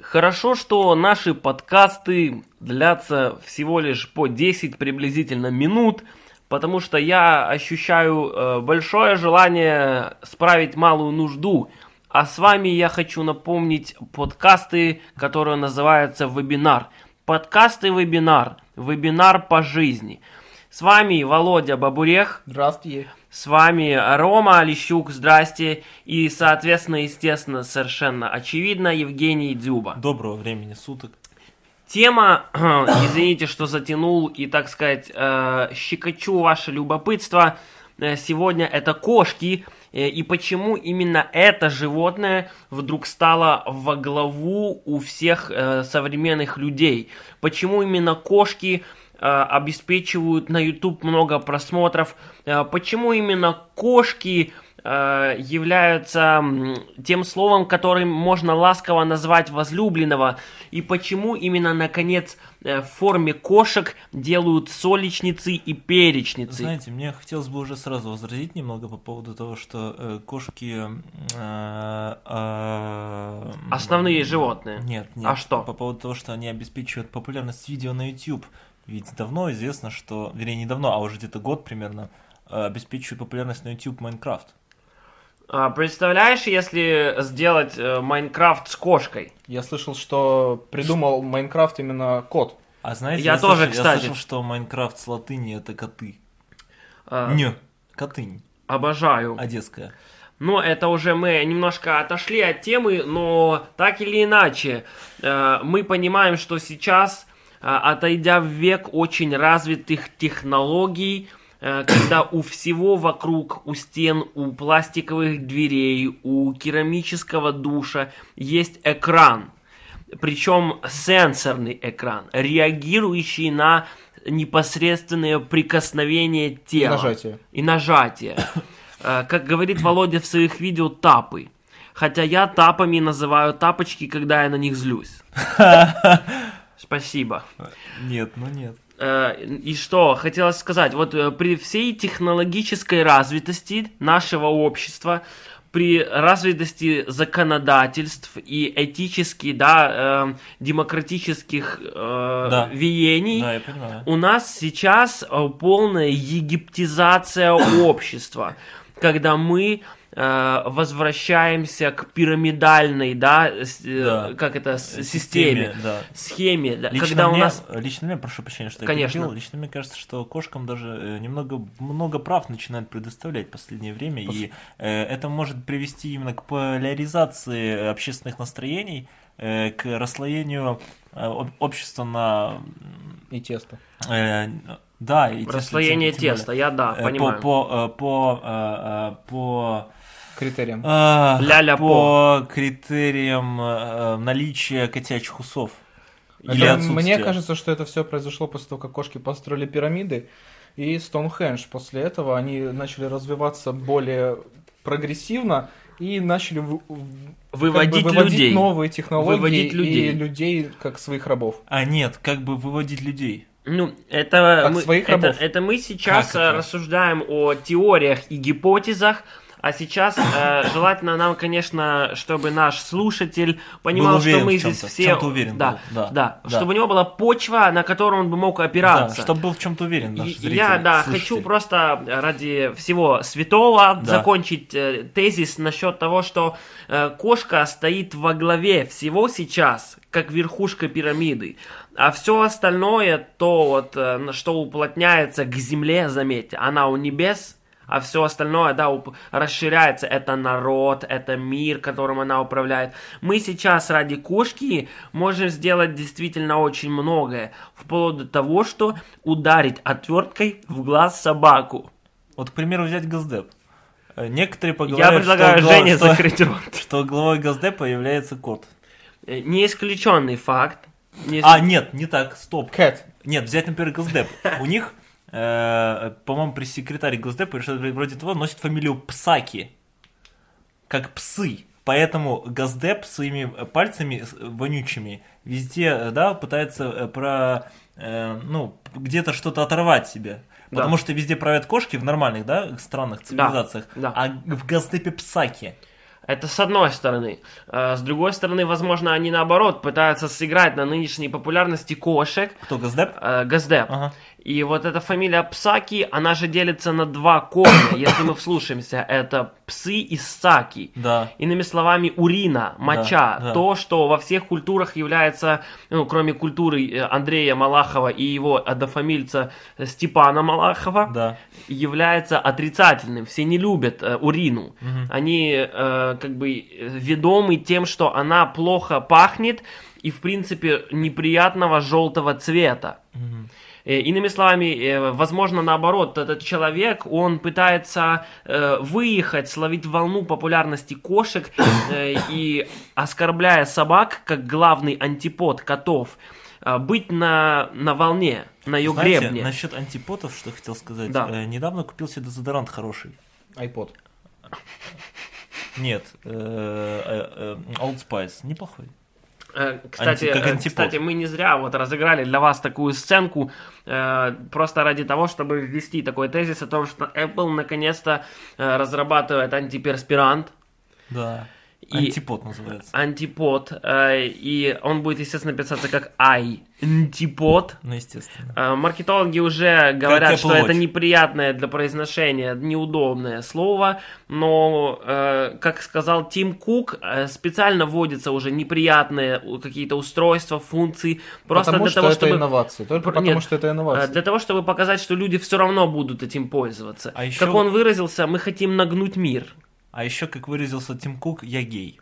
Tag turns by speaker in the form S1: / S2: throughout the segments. S1: Хорошо, что наши подкасты длятся всего лишь по 10 приблизительно минут, потому что я ощущаю э, большое желание справить малую нужду. А с вами я хочу напомнить подкасты, которые называются «Вебинар». Подкасты «Вебинар». Вебинар по жизни. С вами Володя Бабурех.
S2: Здравствуйте.
S1: С вами Рома Олещук, здрасте. И, соответственно, естественно, совершенно очевидно, Евгений Дюба.
S3: Доброго времени суток.
S1: Тема, извините, что затянул и, так сказать, э, щекочу ваше любопытство. Э, Сегодня это кошки. Э, И почему именно это животное вдруг стало во главу у всех э, современных людей? Почему именно кошки э, обеспечивают на YouTube много просмотров? Э, Почему именно кошки э, являются м, тем словом, которым можно ласково назвать возлюбленного, и почему именно, наконец, э, в форме кошек делают соличницы и перечницы.
S3: Знаете, мне хотелось бы уже сразу возразить немного по поводу того, что э, кошки... э, э,
S1: Основные животные.
S3: Нет, нет.
S1: А что?
S3: По поводу того, что они обеспечивают популярность видео на YouTube. Ведь давно известно, что... Вернее, не давно, а уже где-то год примерно э, обеспечивают популярность на YouTube Майнкрафт.
S1: А, представляешь, если сделать э, Майнкрафт с кошкой?
S2: Я слышал, что придумал Майнкрафт именно кот.
S3: А знаете,
S1: Я
S3: слышал-
S1: тоже, кстати.
S3: Я слышал, что Майнкрафт с латыни это коты.
S1: А,
S3: Не, котынь,
S1: Обожаю.
S3: одесская.
S1: Ну, это уже мы немножко отошли от темы, но так или иначе, э, мы понимаем, что сейчас, э, отойдя в век очень развитых технологий, э, когда у всего вокруг, у стен, у пластиковых дверей, у керамического душа есть экран. Причем сенсорный экран, реагирующий на непосредственное прикосновение тела
S2: Нажатие.
S1: и нажатие. Э, Как говорит Володя в своих видео, тапы. Хотя я тапами называю тапочки, когда я на них злюсь. Спасибо.
S3: Нет, ну нет.
S1: Э, И что хотелось сказать, вот э, при всей технологической развитости нашего общества, при развитости законодательств и этически, да, э, демократических э,
S3: Да.
S1: веяний,
S3: Да, я понимаю.
S1: у нас сейчас э, полная египтизация общества, когда мы э, возвращаемся к пирамидальной, да, с- э,
S3: Да.
S1: как это, с- системе,
S3: да.
S1: схеме, да,
S3: Лично
S1: когда
S3: мне,
S1: у нас
S3: лично мне, прошу прощения, что
S1: Конечно.
S3: я перебил, лично мне кажется, что кошкам даже э, немного много прав начинают предоставлять в последнее время, и э, это может привести именно к поляризации общественных настроений, э, к расслоению э, об- общества на
S2: И тесто.
S3: э, да и тем-
S1: расслоение
S3: тем- тем более,
S1: теста, я да,
S3: э, по-
S1: понимаю.
S3: по э, по э, э, по
S2: Критерием.
S3: э,
S1: Ля-ля
S3: по критериям э, наличия котячих усов
S2: Это-
S3: или отсутствия.
S2: мне кажется, что это все произошло после того, как кошки построили пирамиды и Стоунхендж. После этого они начали развиваться более прогрессивно и начали вы- в-
S1: Выводить
S2: как бы выводить
S1: людей.
S2: новые технологии
S1: Выводить людей.
S2: и людей как своих рабов.
S3: А нет, как бы выводить людей.
S1: Ну, это
S2: Как
S1: мы,
S2: своих
S1: это,
S2: рабов.
S1: это мы сейчас
S3: Как
S1: э,
S3: это?
S1: рассуждаем о теориях и гипотезах, а сейчас э, желательно нам, конечно, чтобы наш слушатель понимал,
S3: Был уверен
S1: что мы
S3: в
S1: здесь
S3: чём-то, в
S1: все...
S3: чём-то уверен
S1: да,
S3: был, да,
S1: да,
S3: да.
S1: Чтобы у него была почва, на которую он бы мог
S3: Да,
S1: опираться.
S3: чтобы был в чем-то уверен
S1: И-
S3: наш
S1: и
S3: зритель,
S1: я, да,
S3: слушатель.
S1: хочу просто ради всего святого
S3: Да.
S1: закончить э, тезис насчет того, что э, кошка стоит во главе всего сейчас, как верхушка пирамиды, а все остальное, то вот, э, на что уплотняется к земле, заметьте, она у небес, а все остальное, да, уп- расширяется. Это народ, это мир, которым она управляет. Мы сейчас ради кошки можем сделать действительно очень многое. Вплоть до того, что ударить отверткой в глаз собаку.
S3: Вот, к примеру, взять Газдеп. Э, Некоторые
S1: Я
S3: поговорят,
S1: предлагаю
S3: что, гла-
S1: Жене
S3: что-
S1: закрыть рот.
S3: что главой Газдепа является кот.
S1: Э, Не исключенный факт. Не-
S3: А, нет, не так, стоп.
S2: Кэт,
S3: Нет, взять, например, Газдеп. У них, э, по-моему, пресс-секретарь Газдепа или что-то вроде того носит фамилию Псаки. Как псы. Поэтому Газдеп своими пальцами с- вонючими везде, э, да, пытается э, про, э, ну, где-то что-то оторвать себе.
S1: Да.
S3: Потому что везде правят кошки в нормальных, да, странных цивилизациях,
S1: да.
S3: а в Газдепе псаки.
S1: Это с одной стороны. А С другой стороны, возможно, они наоборот пытаются сыграть на нынешней популярности кошек
S3: Кто, Газдеп?
S1: э, Газдеп.
S3: Ага.
S1: И вот эта фамилия Псаки, она же делится на два корня, если мы вслушаемся. Это псы и саки.
S3: Да.
S1: Иными словами, урина, моча,
S3: да.
S1: то, что во всех культурах является, ну, кроме культуры э, Андрея Малахова и его однофамильца Степана Малахова,
S3: Да.
S1: является отрицательным. Все не любят э, урину. Они э, как бы э, ведомы тем, что она плохо пахнет и, в принципе, неприятного желтого цвета. Э, Иными словами, э, возможно, наоборот, этот человек, он пытается э, выехать, словить волну популярности кошек э, и, оскорбляя собак, как главный антипод котов, э, быть на, на волне, на ее
S3: Знаете,
S1: гребне.
S3: насчет антипотов, что хотел сказать.
S1: Да.
S3: Э, недавно купил себе дезодорант хороший.
S2: iPod.
S3: Нет, э, э, э, Old Spice. Неплохой.
S1: Э, Кстати,
S3: Анти- как
S1: э,
S3: антипод.
S1: кстати, мы не зря вот разыграли для вас такую сценку э, просто ради того, чтобы ввести такой тезис о том, что Apple наконец-то э, разрабатывает антиперспирант,
S3: Да.
S1: И-
S3: Антипод
S1: А-
S3: называется.
S1: антипод, э, и он будет, естественно, писаться как ай, антипод.
S3: Ну, естественно.
S1: Э, Маркетологи уже говорят,
S3: Apple
S1: что
S3: Watch.
S1: это неприятное для произношения, неудобное слово, но, э, как сказал Тим Кук, э, специально вводятся уже неприятные у- какие-то устройства, функции, просто
S2: потому
S1: для
S2: что
S1: того,
S2: это
S1: чтобы...
S2: инновации. Только
S1: Нет.
S2: потому, что это
S1: э,
S2: инновации.
S1: Для того, чтобы показать, что люди все равно будут этим пользоваться.
S3: А еще-
S1: Как он выразился, мы хотим нагнуть мир.
S3: А еще, как выразился Тим Кук, я гей.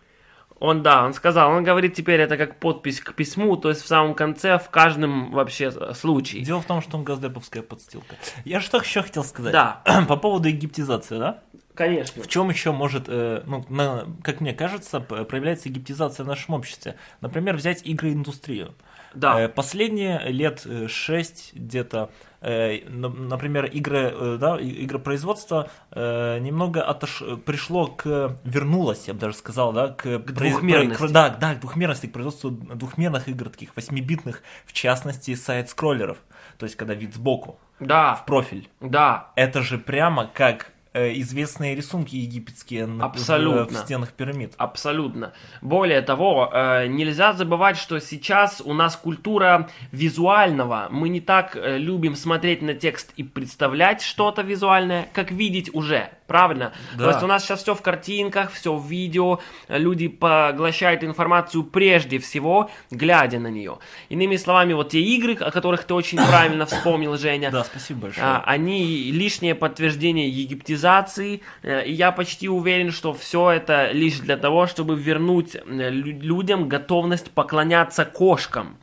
S1: Он, да, он сказал, он говорит теперь это как подпись к письму, то есть в самом конце, в каждом вообще э, случае.
S3: Дело в том, что он газдеповская подстилка. Я что еще хотел сказать?
S1: Да,
S3: По поводу египтизации, да?
S1: конечно.
S3: В чем еще может, э, ну, на- как мне кажется, п- проявляется египтизация в нашем обществе? Например, взять игроиндустрию.
S1: Да.
S3: Э, Последние лет 6 где-то, э, на- например, игры, э, да, и- игропроизводство э, немного отош... пришло к... вернулось, я бы даже сказал, да, к... произ-
S1: двухмерности.
S3: к- Да, да, к двухмерности, к производству двухмерных игр, таких восьмибитных, в частности, сайт-скроллеров. То есть, когда вид сбоку, а в
S1: Да,
S3: профиль.
S1: да.
S3: Это же прямо как э, известные рисунки египетские на- в-
S1: Абсолютно. А,
S3: в стенах пирамид.
S1: Абсолютно. Более того, э, нельзя забывать, что сейчас у нас культура визуального. Мы не так э, любим смотреть на текст и представлять что-то визуальное, как видеть уже. Правильно?
S3: Да.
S1: То есть у нас сейчас все в картинках, все в видео. э, Люди поглощают информацию прежде всего, глядя на нее. Иными словами, вот те игры, о которых ты очень правильно вспомнил, Женя,
S3: Да, спасибо большое.
S1: а, Они лишнее подтверждение египтизации, э, и я почти уверен, что все это лишь для того, чтобы вернуть э, лю- людям готовность поклоняться кошкам.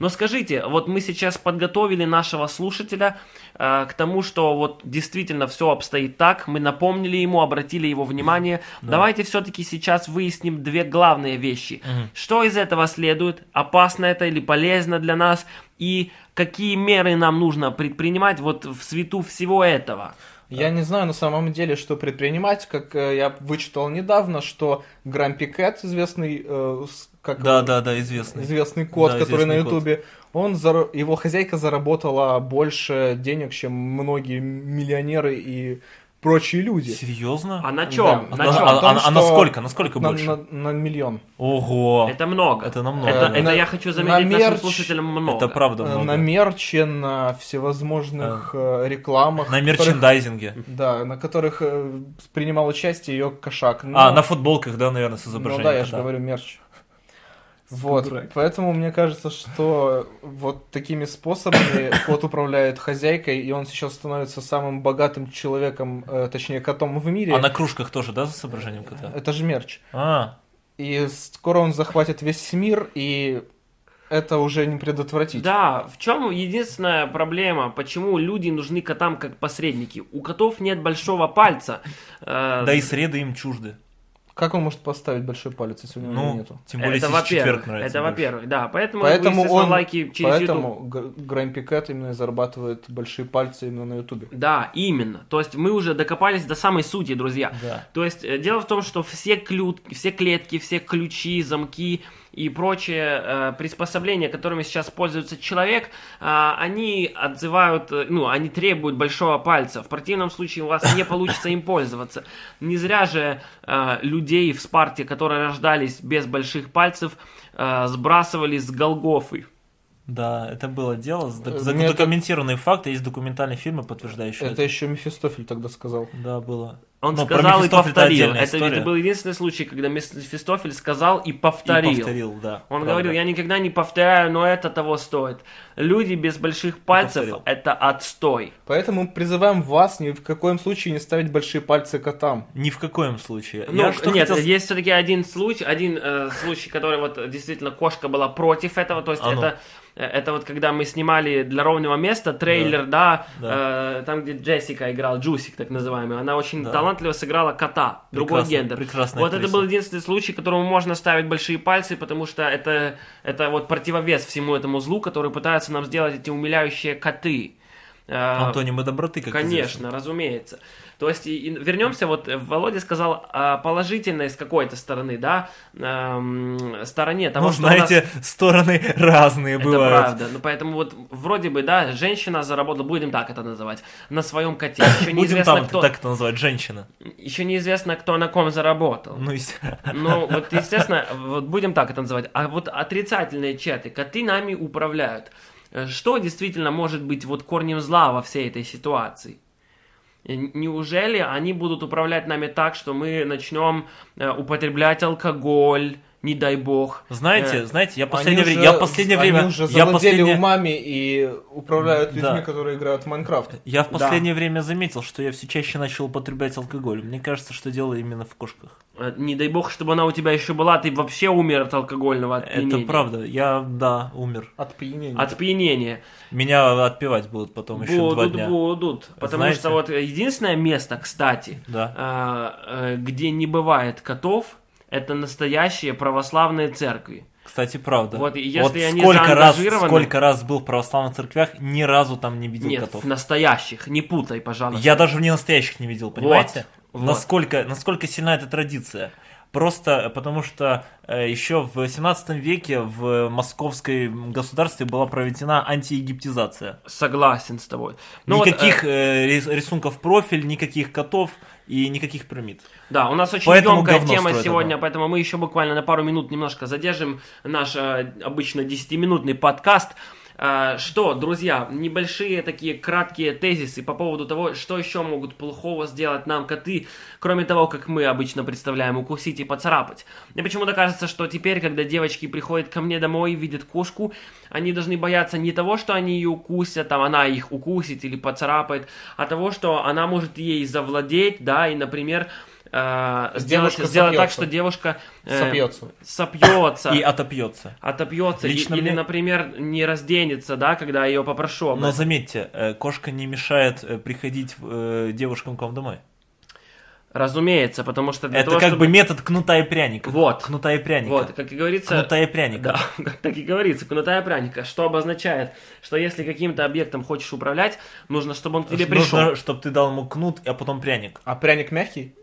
S1: Но скажите, вот мы сейчас подготовили нашего слушателя э, к тому, что вот действительно все обстоит так, мы напомнили ему, обратили его внимание. Давайте все-таки сейчас выясним две главные вещи. Что из этого следует, опасно это или полезно для нас, и какие меры нам нужно предпринимать вот в свету всего этого.
S2: Я не знаю на самом деле, что предпринимать, как э, я вычитал недавно, что Грампи Кэт, известный э, с- как
S3: Да, да, да, известный.
S2: известный кот,
S3: Да,
S2: который на
S3: известный кот.
S2: Ютубе, он зар- его хозяйка заработала больше денег, чем многие миллионеры и прочие люди.
S3: Серьезно?
S1: А на чем?
S2: Да.
S1: На
S3: А-
S1: чем?
S3: а-
S2: Том,
S3: а- а
S2: что-
S3: насколько? Насколько
S2: на,
S3: больше?
S2: на- на миллион.
S3: Ого!
S1: Это много.
S3: Это намного.
S1: Это,
S3: да.
S1: это
S2: На-
S1: я хочу заметить
S2: на
S1: нашим
S2: мерч-
S1: слушателям много.
S3: Это правда
S2: Э,
S3: много.
S2: На мерче, на всевозможных э, рекламах.
S3: На
S2: которых-
S3: мерчендайзинге.
S2: Да, на которых э, принимал участие ее кошак. Ну,
S3: А, на футболках, да, наверное, с
S2: Ну
S3: изображением.
S2: да, я же
S3: кота.
S2: говорю мерч. Вот,
S3: Дурак.
S2: поэтому мне кажется, что вот такими способами кот управляет хозяйкой, и он сейчас становится самым богатым человеком, э, точнее котом в мире.
S3: А на кружках тоже, да, с изображением кота?
S2: Это же мерч.
S3: А,
S2: И скоро он захватит весь мир, и это уже не предотвратить.
S1: Да, в чем единственная проблема, почему люди нужны котам как посредники? У котов нет большого пальца. Э,
S3: да и среды им чужды.
S2: Как он может поставить большой палец, если у него
S3: Ну,
S2: нету?
S3: тем более,
S1: это
S3: если четверг
S1: во-первых,
S3: нравится
S1: это
S3: больше.
S1: во-первых, да, поэтому, Ну,
S2: Поэтому
S1: естественно,
S2: он-
S1: лайки через YouTube.
S2: Поэтому Гр- Грэмпи Кэт именно и зарабатывает большие пальцы именно на Ютубе.
S1: Да, именно. То есть мы уже докопались до самой сути, друзья.
S3: Да.
S1: То есть э, дело в том, что все, клют, все клетки, все ключи, замки и прочие э, приспособления, которыми сейчас пользуется человек, э, они отзывают, э, ну, они требуют большого пальца. В противном случае у вас не получится им пользоваться. Не зря же э, людей в Спарте, которые рождались без больших пальцев, э, сбрасывали с Голгофы.
S3: Да, это было дело. С док-
S2: Э,
S3: за-
S2: мне это-
S3: Документированный факт, есть документальные фильмы, подтверждающие
S2: Это
S3: это.
S2: еще Мефистофель тогда сказал.
S3: Да, было.
S1: Он
S3: Но Ну, про
S1: сказал и
S3: Мефистофеля это
S1: повторил.
S3: отдельная
S1: Это, это
S3: история.
S1: был единственный случай, когда Мефистофель сказал и
S3: И
S1: повторил.
S3: повторил, да.
S1: Он
S3: правда.
S1: говорил, я никогда не повторяю, но это того стоит. Люди без больших пальцев
S3: повторил.
S1: это отстой.
S2: Поэтому призываем вас ни в коем случае не ставить большие пальцы котам.
S3: Ни в коем случае.
S1: Ну,
S3: я что
S1: нет,
S3: хотел...
S1: есть все-таки один случай, один э, случай, который вот э, действительно кошка была против этого. То есть
S3: А ну.
S1: это, э, это вот когда мы снимали для ровного места трейлер, да, э, там, где Джессика играл, Джусик так называемый. Она очень
S3: Да.
S1: талантливо сыграла кота, другой
S3: Прекрасная-
S1: гендер.
S3: прекрасная
S1: Вот это
S3: актриса.
S1: был единственный случай, которому можно ставить большие пальцы, потому что это, это вот противовес всему этому злу, который пытаются нам сделать эти умиляющие коты. Э,
S3: Антонима доброты, как известно.
S1: Конечно, разумеется. То есть, и- и вернемся, вот э, Володя сказал а, положительной с какой-то стороны, да, эм, стороне того,
S3: ну,
S1: что у нас-
S3: знаете, стороны разные
S1: Это
S3: бывают.
S1: правда. Ну, поэтому вот вроде бы, да, женщина заработала, будем так это называть, на своем коте. Еще
S3: Будем
S1: неизвестно,
S3: там
S1: кто,
S3: так это называть, женщина.
S1: еще неизвестно, кто на ком заработал.
S3: Ну, ес-
S1: Ну, вот, естественно, вот будем так это называть. А вот отрицательные чаты, коты нами управляют. Э, Что действительно может быть вот корнем зла во всей этой ситуации? Э, Неужели они будут управлять нами так, что мы начнем э, употреблять алкоголь, не дай бог?
S3: Знаете,
S1: Э,
S3: знаете, я
S2: Они
S3: последнее время,
S2: уже-
S3: я последнее время,
S2: Они уже
S3: я
S2: завладели
S3: последнее-
S2: умами и управляют людьми,
S3: Да.
S2: которые играют в Майнкрафт.
S3: я в последнее время заметил, что я все чаще начал употреблять алкоголь. Мне кажется, что дело именно в кошках.
S1: э, Не дай бог, чтобы она у тебя еще была, ты вообще умер от алкогольного
S3: Это
S1: опьянения.
S3: правда. Я, да, умер.
S2: От пьянения.
S1: От пьянения.
S3: Меня отпевать будут потом еще два
S1: будут,
S3: дня.
S1: будут. Потому
S3: Знаете-
S1: что вот единственное место, кстати,
S3: Да.
S1: а, э, где не бывает котов, это настоящие православные церкви.
S3: Кстати, правда.
S1: Вот, и если
S3: Вот
S1: они
S3: сколько раз,
S1: заангажированы-
S3: сколько раз был в православных церквях, ни разу там не видел
S1: Нет,
S3: котов.
S1: в настоящих, не путай, пожалуйста.
S3: Я даже в ненастоящих не видел, понимаете?
S1: вот.
S3: Насколько, насколько сильна эта традиция. Просто потому что еще в 17 веке в московской государстве была проведена антиегиптизация.
S1: Согласен с тобой. Ну вот,
S3: никаких
S1: э,
S3: э, рис- рисунков профиль, никаких котов и никаких пирамид.
S1: да, у нас очень
S3: поэтому
S1: емкая
S3: говно
S1: тема
S3: строят
S1: сегодня,
S3: одно.
S1: поэтому мы еще буквально на пару минут немножко задержим наш э, обычно 10-минутный подкаст. Э, Что, друзья, небольшие такие краткие тезисы по поводу того, что еще могут плохого сделать нам коты, кроме того, как мы обычно представляем укусить и поцарапать. Мне почему-то кажется, что теперь, когда девочки приходят ко мне домой и видят кошку, они должны бояться не того, что они ее укусят, там она их укусит или поцарапает, а того, что она может ей завладеть, да, и, например, э, сделать,
S2: Девушка
S1: сделать так,
S2: сопьется.
S1: что девушка э,
S2: Сопьется.
S1: сопьется
S3: И отопьется.
S1: отопьется и-
S3: Лично
S1: или,
S3: мне-
S1: например, не разденется, да, когда я ее попрошу об
S3: Но
S1: этом.
S3: заметьте, э, кошка не мешает э, приходить э, девушкам к вам домой.
S1: Разумеется, потому что для
S3: Это
S1: того,
S3: как
S1: чтобы...
S3: бы метод кнута и пряника.
S1: Вот.
S3: Кнута и пряника.
S1: Вот, как и говорится...
S3: Кнута и пряника.
S1: Да, как так и говорится, кнутая пряника, что обозначает, что если каким-то объектом хочешь управлять, нужно, чтобы он к тебе пришел.
S3: Нужно, чтобы ты дал ему кнут, а потом пряник.
S2: А пряник мягкий?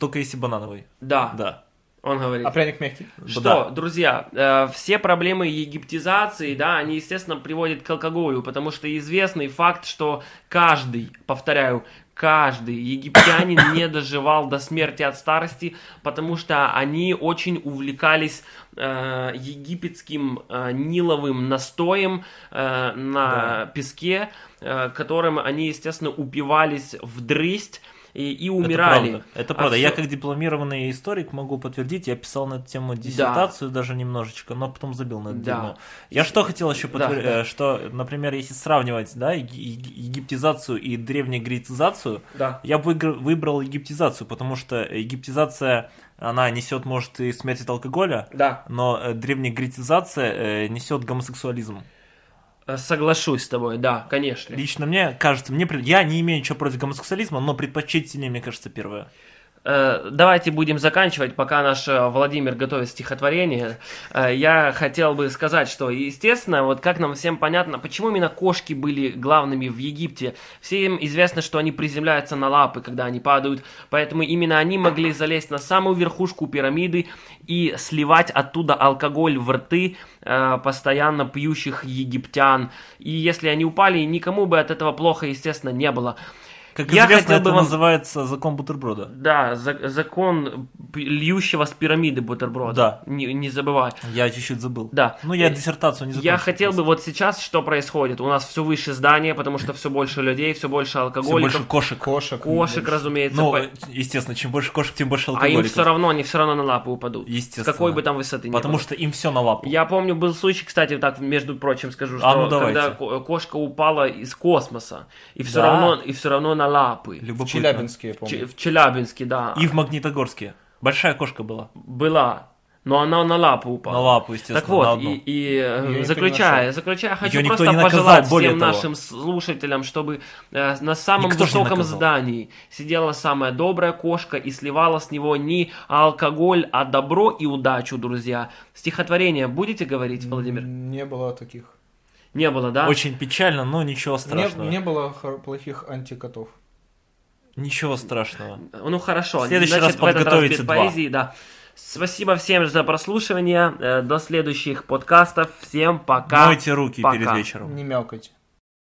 S3: Только если банановый.
S1: Да,
S3: Да.
S1: он говорит.
S2: А пряник мягкий?
S1: А, Что,
S3: Да.
S1: друзья, э, все проблемы египтизации, да, они, естественно, приводят к алкоголю, потому что известный факт, что каждый, повторяю, каждый египтянин не доживал до смерти от старости, потому что они очень увлекались э, египетским э, ниловым настоем э, на песке, э, которым они, естественно, упивались вдрысть и, и умирали.
S3: Это правда. Это
S1: А
S3: правда. Я
S1: всё-
S3: как дипломированный историк могу подтвердить, я писал на эту тему диссертацию даже немножечко, но потом забил на это
S1: Да.
S3: дерьмо. Я что хотел еще
S1: Да,
S3: подтвердить,
S1: да.
S3: что, например, если сравнивать да, еги- еги- египтизацию и древнегрецизацию,
S1: Да.
S3: я бы выигр- выбрал египтизацию, потому что египтизация, она несет, может, и смерть от алкоголя,
S1: Да,
S3: но э, древнегрецизация э, несет гомосексуализм.
S1: э, соглашусь с тобой, да, конечно.
S3: Лично мне кажется, мне пред- я не имею ничего против гомосексуализма, но предпочтительнее, мне кажется, первое.
S1: Э, Давайте будем заканчивать, пока наш э, Владимир готовит стихотворение. Э, Я хотел бы сказать, что, естественно, вот как нам всем понятно, почему именно кошки были главными в Египте. Всем известно, что они приземляются на лапы, когда они падают, поэтому именно они могли залезть на самую верхушку пирамиды и сливать оттуда алкоголь в рты э, постоянно пьющих египтян. И если они упали, никому бы от этого плохо, естественно, не было.
S3: Как
S1: Я
S3: известно,
S1: хотел
S3: это
S1: бы вам-
S3: называется закон бутерброда.
S1: Да, за- закон п- льющего с пирамиды бутерброда.
S3: Да.
S1: Не, не забывай.
S3: Я чуть-чуть забыл.
S1: Да.
S3: Ну, я
S1: Э,
S3: диссертацию не закончил.
S1: Я хотел бы вот сейчас, что происходит. У нас все выше здание, потому что все больше людей, все больше
S3: Все
S1: алкоголиков,
S3: больше кошек.
S2: Кошек.
S1: кошек,
S2: больше.
S1: разумеется.
S3: Ну,
S1: по-
S3: естественно, чем больше кошек, тем больше
S1: а им
S3: алкоголиков.
S1: все равно, они все равно на лапы упадут. С
S3: Естественно.
S1: какой бы там высоты ни
S3: Потому
S1: было.
S3: что им все на лапу.
S1: Я помню, был случай, кстати, так, между прочим, скажу, что
S3: А, ну, давайте.
S1: когда ко- кошка упала из космоса, и все
S3: Да.
S1: равно, и все равно на лапы.
S2: В
S3: Любопытно.
S2: Челябинске, я
S1: Ч-
S2: помню.
S1: в Челябинске, да,
S3: И в Магнитогорске. Большая кошка была.
S1: была. Но она на лапы упала.
S3: На лапу, естественно.
S1: Так вот,
S3: на
S1: и,
S3: одну.
S1: и,
S2: Её
S1: э,
S2: никто не
S1: заключая,
S2: нашел.
S1: заключая, хочу
S3: Её никто
S1: просто
S3: не наказал,
S1: пожелать
S3: более
S1: всем
S3: того.
S1: нашим слушателям, чтобы э, на самом
S3: Никто ж не
S1: высоком
S3: наказал.
S1: здании сидела самая добрая кошка и сливала с него не алкоголь, а добро и удачу, друзья. Стихотворение будете говорить, Владимир?
S2: Не было таких.
S1: Не было, да?
S3: Очень печально, но ничего
S2: Не,
S3: страшного.
S2: не было хор- плохих антикотов.
S3: Ничего страшного.
S1: Ну хорошо.
S3: В следующий
S1: Значит,
S3: раз
S1: в этот раз
S3: подготовите
S1: без
S3: два.
S1: поэзии, да. Спасибо всем за прослушивание. Э, До следующих подкастов. Всем пока.
S3: Мойте руки
S1: Пока.
S3: перед вечером.
S2: Не мякайте.